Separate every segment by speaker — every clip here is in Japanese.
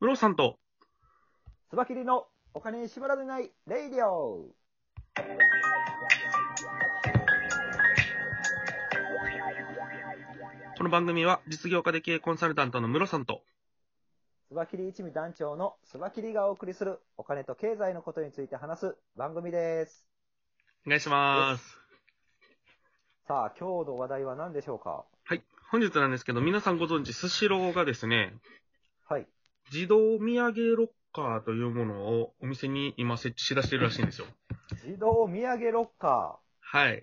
Speaker 1: ムロさんと、
Speaker 2: スバキリのお金に縛られないレイディオ。
Speaker 1: この番組は実業家で経営コンサルタントのムロさんと、
Speaker 2: スバキリ一味団長のスバキリがお送りするお金と経済のことについて話す番組です。
Speaker 1: お願いします。
Speaker 2: さあ、今日の話題は何でしょうか
Speaker 1: はい。本日なんですけど、皆さんご存知、スシローがですね、
Speaker 2: はい。
Speaker 1: 自動土産ロッカーというものをお店に今設置しだしてるらしいんですよ。
Speaker 2: 自動土産ロッカ
Speaker 1: はい。
Speaker 2: ー。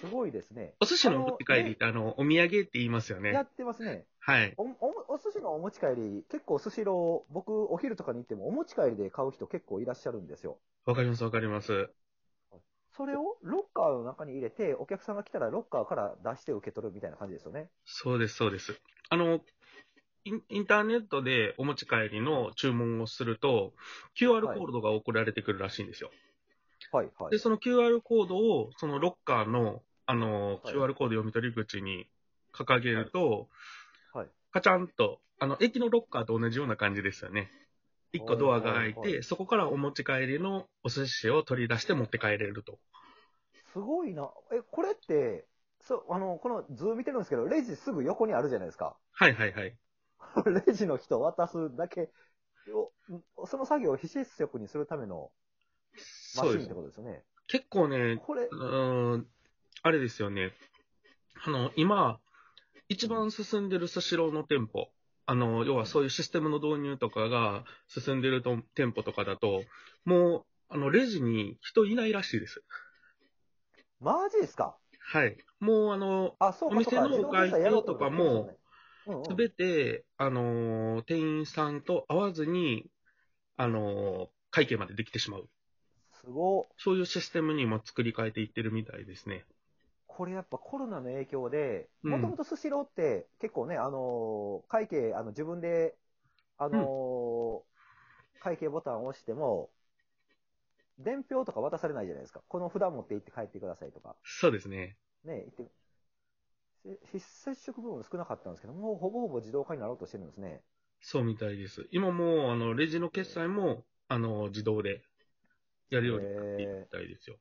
Speaker 2: すごいですね。
Speaker 1: お寿司の持ち帰りって、あの、お土産って言いますよ
Speaker 2: や
Speaker 1: ね。
Speaker 2: ってますね。
Speaker 1: はい。
Speaker 2: お、お、お寿司のお持ち帰り、結構スシロー、僕、お昼とかに行ってもお持ち帰りで買う人結構いらっしゃるんですよ。
Speaker 1: わかります、わかります。
Speaker 2: それをロッカーの中に入れて、お客さんが来たらロッカーから出して受け取るみたいな感じですよね。
Speaker 1: そうです、そうです。あの、インインターネットでお持ち帰りの注文をすると、QR
Speaker 2: はい
Speaker 1: コードが送られてくるらしいんですよ。
Speaker 2: はい、はい
Speaker 1: で、。その QR コードを、そのロッカーの、あの、
Speaker 2: はい
Speaker 1: QR コード読み取り口に掲げると、
Speaker 2: はいはい
Speaker 1: カチャンと、あの、駅のロッカーと同じような感じですよね。一個ドアが開いて、
Speaker 2: はいはい
Speaker 1: そこからお持ち帰りのお寿司を取り出して持って帰れると。
Speaker 2: すごいな。え、これって、そう、あの、この図見てるんですけど、レジすぐ横にあるじゃないですか。
Speaker 1: はいはいはい。
Speaker 2: レジの人渡すだけを、んその作業を非接触にするためのマ
Speaker 1: そうで
Speaker 2: シンっ
Speaker 1: す
Speaker 2: て。ことですよね。
Speaker 1: 結構ね、
Speaker 2: これ、
Speaker 1: うーん、あれですよね。あの、今、一番進んでるスシローの店舗、あの、要はそういうシステムの導入とかが進んでると店舗とかだと、もう、あの、レジに人いないらしいです。
Speaker 2: マジですか
Speaker 1: はい。もう、あの、
Speaker 2: あ、そうか、
Speaker 1: お店の
Speaker 2: そうか自動運転やろうと思ってました
Speaker 1: お会計
Speaker 2: ねうんうん
Speaker 1: すべて、あのー、店員さんと会わずに、あのー、会計までできてしまう。
Speaker 2: すごっ
Speaker 1: そういうシステムにも作り変えていってるみたいですね。
Speaker 2: これやっぱコロナの影響で、
Speaker 1: うん
Speaker 2: もともとスシローって結構ね、あのー会計、あの自分で、あのー会計ボタンを押しても、伝票とか渡されないじゃないですか。この札持って行って帰ってくださいとか。
Speaker 1: そうですね。
Speaker 2: ね、言って。非接触部分少なかったんですけど、もうほぼほぼ自動化になろうとしてるんですね。
Speaker 1: そうみたいです。今もう、あの、レジの決済も、あの、自動でやるようになっているみたいですよ。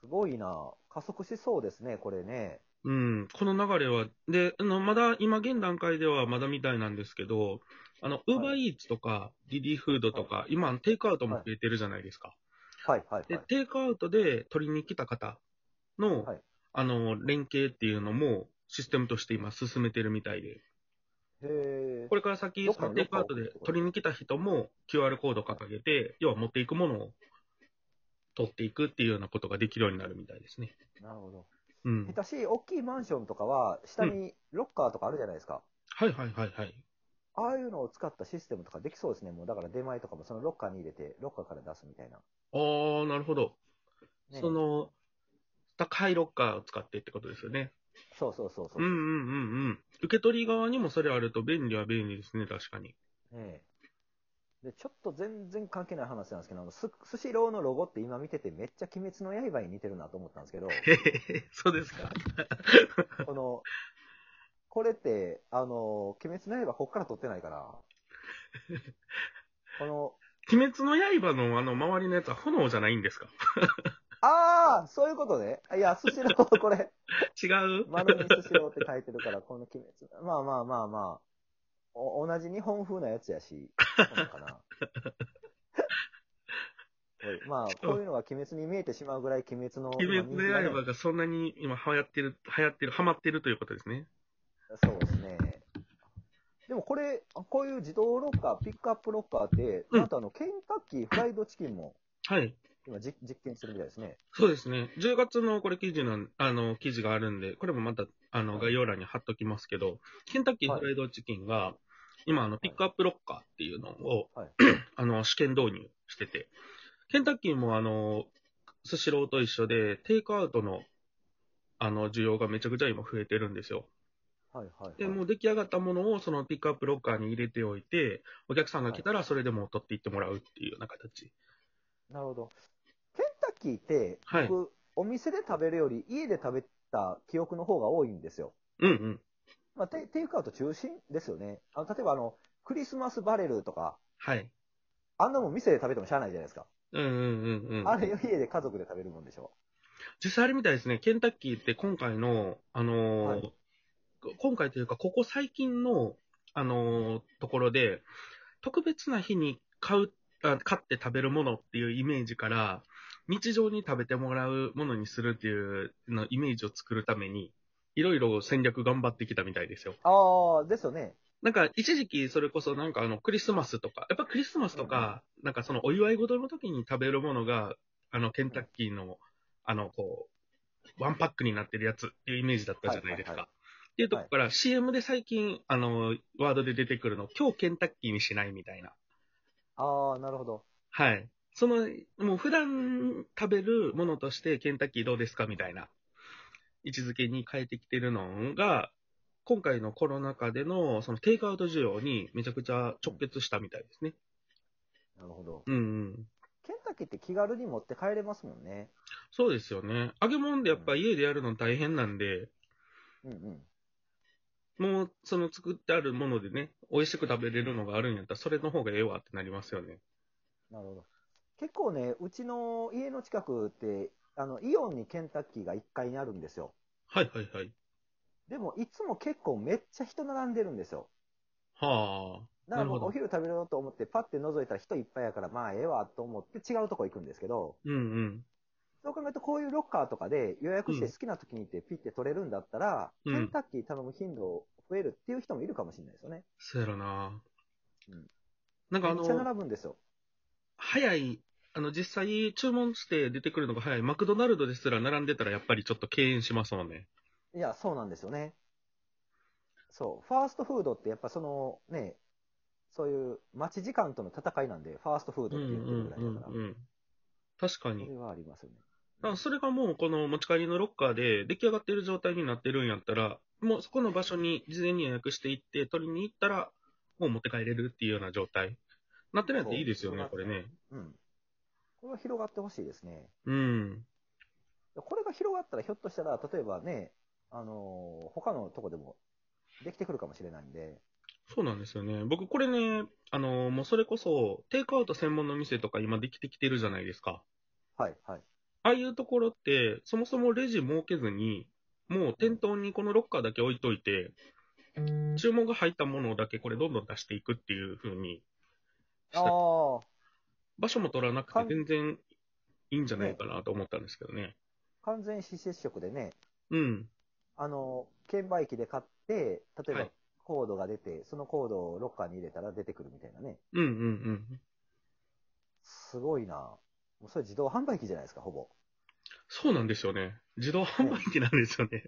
Speaker 2: すごいな加速しそうですね、これね。
Speaker 1: うん、この流れは、で、あの、まだ、今現段階ではまだみたいなんですけど、あの、ウーバーイーツとか、ディディフードとか、今、テイクアウトも増えてるじゃないですか。
Speaker 2: はい、はい、
Speaker 1: で
Speaker 2: はい、。
Speaker 1: テイクアウトで取りに来た方の、
Speaker 2: はい
Speaker 1: あの、連携っていうのも、システムとして今進めてるみたいで、
Speaker 2: へ
Speaker 1: これから先
Speaker 2: ど、っ
Speaker 1: そ
Speaker 2: か
Speaker 1: の
Speaker 2: に
Speaker 1: テイクアウト
Speaker 2: どっ
Speaker 1: で
Speaker 2: かに
Speaker 1: 取りに来た人も QR コード掲げて、要は持っていくものを取っていくっていうようなことができるようになるみたいですね。
Speaker 2: え。なるほど。
Speaker 1: うん。
Speaker 2: 下手しい、大きいマンションとかは、下にロッカーとかあるじゃないですか。
Speaker 1: はいはいはいはい。
Speaker 2: ああいうのを使ったシステムとかできそうですね。もうだから出前とかもそのロッカーに入れて、ロッカーから出すみたいな。
Speaker 1: あー、なるほど。
Speaker 2: ね
Speaker 1: その、高いロッカーを使ってってことですよね。
Speaker 2: そうそうそうそう
Speaker 1: う。んうんうんうん。受け取り側にもそれあると便利は便利ですね、確かに。
Speaker 2: ねえで、ちょっと全然関係ない話なんですけど、あのススシローのロゴって今見ててめっちゃ鬼滅の刃に似てるなと思ったんですけ ど、
Speaker 1: へへへ、そうですか。
Speaker 2: この、これって、あの、鬼滅の刃こっから撮ってないから、 この、
Speaker 1: 鬼滅の刃のあの周りのやつは炎じゃないんですか
Speaker 2: ああそういうことね。いや、スシロー、これ、
Speaker 1: 違う
Speaker 2: 丸にスシローって書いてるから、この鬼滅。まあまあまあまあ。お同じ日本風なやつやし、そうなんか な。おいまあ、こういうのが鬼滅に見えてしまうぐらい鬼滅の。
Speaker 1: 鬼滅の
Speaker 2: 今人気が
Speaker 1: 刃
Speaker 2: ね
Speaker 1: がそんなに今流行ってる、流行ってる、ハマってるということですね。
Speaker 2: そうですね。でもこれ、こういう自動ロッカー、ピックアップロッカーって、
Speaker 1: うん
Speaker 2: なんとあの、ケンタッキーフライドチキンも
Speaker 1: はい。
Speaker 2: 今実実験してるみたいですね。
Speaker 1: そうですね。10月のこれ記事なん、あの、記事があるんで、これもまた、あ
Speaker 2: は
Speaker 1: の、
Speaker 2: い
Speaker 1: 概要欄に貼っときますけど、ケンタッキー
Speaker 2: はい
Speaker 1: フライドチキンが、今、あの、ピックアップロッカーっていうのを、
Speaker 2: はい
Speaker 1: あの、試験導入してて、ケンタッキーもあの、スシローと一緒で、テイクアウトの、あの、需要がめちゃくちゃ今増えてるんですよ。
Speaker 2: はいはい、はい。
Speaker 1: で、もう出来上がったものをそのピックアップロッカーに入れておいて、お客さんが来たらそれでもう取っていってもらうっていうような形。
Speaker 2: なるほど。ケンタッキーって、
Speaker 1: はい
Speaker 2: 僕、お店で食べるより家で食べた記憶の方が多いんですよ。
Speaker 1: うんうん。
Speaker 2: まあ、テイテイクアウト中心ですよね。あの例えばあの、クリスマスバレルとか、
Speaker 1: はい。
Speaker 2: あんなもん店で食べてもしゃあないじゃないですか。
Speaker 1: うんうんうんうん。
Speaker 2: あれを家で家族で食べるもんでしょ。
Speaker 1: 実際あれみたいですね、ケンタッキーって今回の、あのー
Speaker 2: はい
Speaker 1: 今回というか、ここ最近の、あのーところで、特別な日に買うあ、買って食べるものっていうイメージから、日常に食べてもらうものにするっていうのイメージを作るために、いろいろ戦略頑張ってきたみたいですよ。
Speaker 2: ああ、ですよね。
Speaker 1: なんか、一時期、それこそ、なんか、あの、クリスマスとか、やっぱクリスマスとか、なんか、その、お祝い事の時に食べるものが、あの、ケンタッキーの、あの、こう、ワンパックになってるやつっていうイメージだったじゃないです
Speaker 2: はいはいは
Speaker 1: か。っていうとこから CM で最近、あの、ワードで出てくるの、今日ケンタッキーにしないみたいな。
Speaker 2: ああ、なるほど。
Speaker 1: はい。その、もう普段食べるものとして、ケンタッキーどうですかみたいな位置づけに変えてきてるのが、今回のコロナ禍での、そのテイクアウト需要にめちゃくちゃ直結したみたいですね。
Speaker 2: なるほど。
Speaker 1: うんうん。
Speaker 2: ケンタッキーって気軽に持って帰れますもんね。
Speaker 1: そうですよね。揚げ物でやっぱ家でやるの大変なんで、
Speaker 2: うんうん。
Speaker 1: もうその作ってあるものでね、美味しく食べれるのがあるんやったら、それの方がええわってなりますよね。
Speaker 2: なるほど。結構ね、うちの家の近くって、あの、イオンにケンタッキーが1階にあるんですよ。
Speaker 1: はいはいはい。
Speaker 2: でも、いつも結構めっちゃ人並んでるんですよ。
Speaker 1: はあ。
Speaker 2: だから
Speaker 1: なるほど
Speaker 2: 僕お昼食べようと思って、パッて覗いたら人いっぱいやから、まあええわと思って違うとこ行くんですけど、
Speaker 1: うんうん。
Speaker 2: そう考えるとこういうロッカーとかで予約して
Speaker 1: うん
Speaker 2: 好きな時に行ってピッて取れるんだったら、
Speaker 1: うん
Speaker 2: ケンタッキー頼む頻度増えるっていう人もいるかもしれないですよね。
Speaker 1: そうやろな。
Speaker 2: うん
Speaker 1: なんかあ
Speaker 2: め
Speaker 1: の
Speaker 2: っちゃ、並ぶんですよ。
Speaker 1: 早い、あの、実際注文して出てくるのが早い、マクドナルドですら並んでたらやっぱりちょっと敬遠しますもんね。
Speaker 2: いや、そうなんですよね。そう。ファーストフードってやっぱそのね、そういう待ち時間との戦いなんで、ファーストフー
Speaker 1: う
Speaker 2: ド
Speaker 1: ん
Speaker 2: っ
Speaker 1: う
Speaker 2: て言ってるぐ
Speaker 1: ん
Speaker 2: らいうだ
Speaker 1: ん
Speaker 2: から、
Speaker 1: うん。確かに
Speaker 2: そ。れはありますよね。
Speaker 1: だからそれがもうこの持ち帰りのロッカーで出来上がっている状態になってるんやったら、もうそこの場所に事前に予約していって、取りに行ったら、もう持って帰れるっていうような状態。なってないといいですよね
Speaker 2: そう、
Speaker 1: これね。
Speaker 2: うん。これは広がってほしいですね。
Speaker 1: うん。
Speaker 2: これが広がったら、ひょっとしたら、例えばね、あのー他のとこでもできてくるかもしれないんで、
Speaker 1: そうなんですよね。僕これね、あの、もうそれこそ、テイクアウト専門の店とか今できてきてるじゃないですか。
Speaker 2: はい、はい。
Speaker 1: ああいうところって、そもそもレジ設けずに、もう店頭にこのロッカーだけ置いといて、注文が入ったものだけこれどんどん出していくっていう風にし
Speaker 2: あ
Speaker 1: た
Speaker 2: あ、
Speaker 1: 場所も取らなく
Speaker 2: か
Speaker 1: て全
Speaker 2: ん
Speaker 1: 然いいんじゃないかなと思ったんですけどね。
Speaker 2: 完全非接触でね、
Speaker 1: うん。
Speaker 2: あのー券売機で買って、例え
Speaker 1: は
Speaker 2: ば
Speaker 1: い
Speaker 2: コードが出て、そのコードをロッカーに入れたら出てくるみたいなね。
Speaker 1: うんうんうん。
Speaker 2: すごいなもうそれ自動販売機じゃないですか、ほぼ。
Speaker 1: そうなんですよね。自動販売機なんですよね。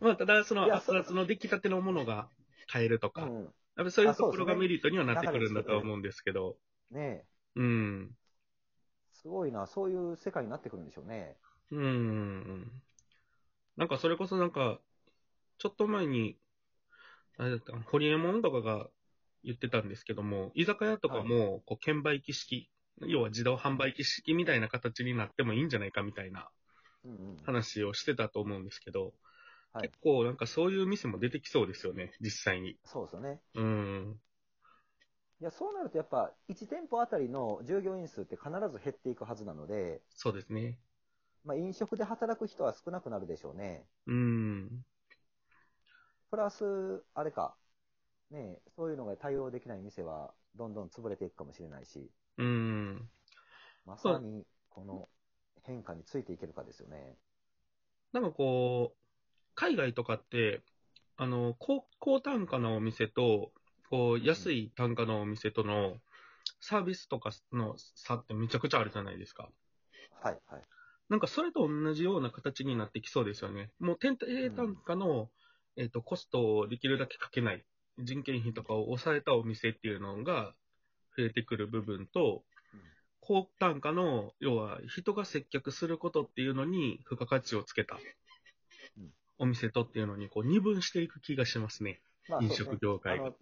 Speaker 1: まあ、ただ、そ
Speaker 2: い
Speaker 1: の
Speaker 2: や
Speaker 1: 熱々の出来たてのものが買えると
Speaker 2: う
Speaker 1: か、
Speaker 2: ん。
Speaker 1: やっぱりそういう
Speaker 2: あそ
Speaker 1: と
Speaker 2: うで
Speaker 1: こ
Speaker 2: すね
Speaker 1: ろがメリットにはなってくるんだとは思うんですけど、
Speaker 2: ねえ
Speaker 1: うん。
Speaker 2: すごいなそういう世界になってくるんでしょうね。
Speaker 1: うんうんうん。なんかそれこそなんか、ちょっと前に、あれだったかなホリエモンとかが言ってたんですけども、居酒屋とかも、こう、券売機式、要は自動販売機式みたいな形になってもいいんじゃないかみたいな
Speaker 2: うんうん。
Speaker 1: 話をしてたと思うんですけど、
Speaker 2: はい
Speaker 1: 結構なんかそういう店も出てきそうですよね、実際に。
Speaker 2: そうですよね。
Speaker 1: うん。
Speaker 2: いや、そうなるとやっぱ、1店舗あたりの従業員数って必ず減っていくはずなので、
Speaker 1: そうですね。
Speaker 2: まあ、飲食で働く人は少なくなるでしょうね。
Speaker 1: うん。
Speaker 2: プラス、あれか、ねえ、そういうのが対応できない店は、どんどん潰れていくかもしれないし、
Speaker 1: うん。
Speaker 2: まさに、この変化についていけるかですよね。
Speaker 1: なんかこう、海外とかって、あの、高高単価のお店と、こう、安い単価のお店とのサービスとかの差ってめちゃくちゃあるじゃないですか。
Speaker 2: はい、はい。
Speaker 1: なんかそれと同じような形になってきそうですよね。もう店低単価の、えっと、コストをできるだけかけない。人件費とかを抑えたお店っていうのが増えてくる部分と
Speaker 2: うん、
Speaker 1: 高単価の、要は人が接客することっていうのに付加価値をつけた
Speaker 2: うん
Speaker 1: お店とっていうのにこう二分していく気がしますね。
Speaker 2: まあ、
Speaker 1: 飲
Speaker 2: そう
Speaker 1: 食
Speaker 2: ですね
Speaker 1: 業
Speaker 2: あ
Speaker 1: 界が。
Speaker 2: の、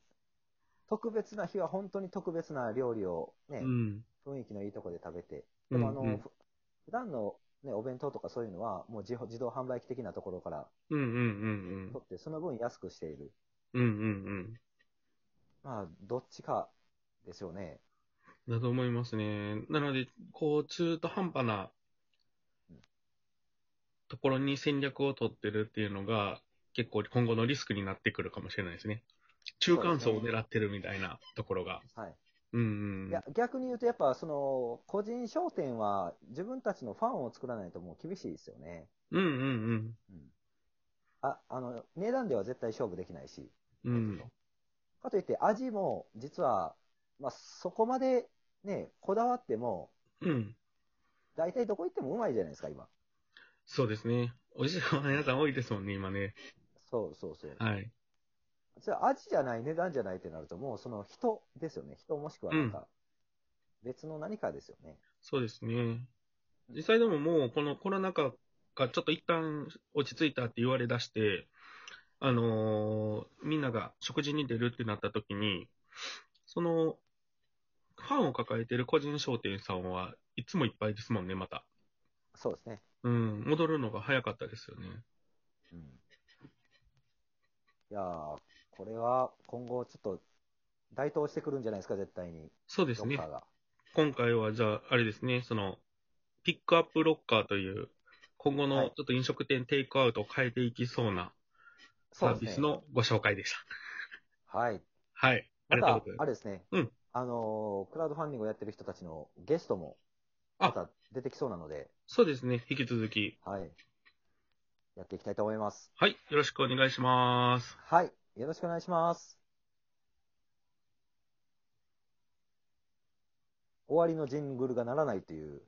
Speaker 2: 特別な日は本当に特別な料理をね、
Speaker 1: うん。
Speaker 2: 雰囲気のいいとこで食べて、
Speaker 1: う
Speaker 2: でもあ
Speaker 1: ん
Speaker 2: の、
Speaker 1: うん
Speaker 2: ふ普段のね、お弁当とかそういうのは、もう自自動販売機的なところから
Speaker 1: うんうんうんうん
Speaker 2: 取って、その分安くしている。
Speaker 1: うんうんうん。
Speaker 2: まあ、どっちかでしょうね。
Speaker 1: だと思いますね。なので、こう、中途半端なところに戦略を取ってるっていうのが、結構今後のリスクになってくるかもしれないですね。中間層を狙ってるみたいなところが。
Speaker 2: はい。
Speaker 1: うん
Speaker 2: いや、逆に言うと、やっぱ、その、個人商店は自分たちのファンを作らないともう厳しいですよね。
Speaker 1: うん。うんうん
Speaker 2: うん。あ、あの、値段では絶対勝負できないし。
Speaker 1: うん。うん。
Speaker 2: かといって、味も、実は、まあ、そこまでね、こだわっても、
Speaker 1: うん。
Speaker 2: 大体どこ行ってもうまいじゃないですか、今。
Speaker 1: そうですね。美味しいご飯皆さん多いですもんね、今ね。
Speaker 2: そうそうそう。
Speaker 1: はい。
Speaker 2: それは味じゃない、値段じゃないってなると、もうその人ですよね。人もしくはなんか、別の何かですよね。
Speaker 1: そうですね。実際でももう、このコロナ禍がちょっと一旦落ち着いたって言われ出して、あのーみんなが食事に出るってなった時に、その、ファンを抱えてる個人商店さんはいつもいっぱいですもんね、また。
Speaker 2: そうですね。
Speaker 1: うん、戻るのが早かったですよね。
Speaker 2: うん。いやー、これは今後ちょっと、台頭してくるんじゃないですか、絶対に。
Speaker 1: そうで
Speaker 2: ロ
Speaker 1: す
Speaker 2: ッ
Speaker 1: ね
Speaker 2: カ。ーが。
Speaker 1: 今回はじゃあ、あれですね、その、ピックアップロッカーという、今後
Speaker 2: は
Speaker 1: の
Speaker 2: い
Speaker 1: ちょっと飲食店テイクアウトを変えていきそうな
Speaker 2: そ
Speaker 1: サ
Speaker 2: う
Speaker 1: ービ
Speaker 2: です
Speaker 1: ス
Speaker 2: ね。
Speaker 1: のご紹介でした。
Speaker 2: はい。
Speaker 1: はい。あ
Speaker 2: ま
Speaker 1: りがとう
Speaker 2: た
Speaker 1: ござい、
Speaker 2: あ
Speaker 1: ます。
Speaker 2: れですね。
Speaker 1: うん
Speaker 2: あのークラウドファンディングをやってる人たちのゲストも、
Speaker 1: あ
Speaker 2: また出てきそうなので、
Speaker 1: そうですね、引き続き。
Speaker 2: はい。やっていきたいと思います。
Speaker 1: はい、よろしくお願いし ます。
Speaker 2: はい。よろしくお願いします。終わりのジングルがならないという。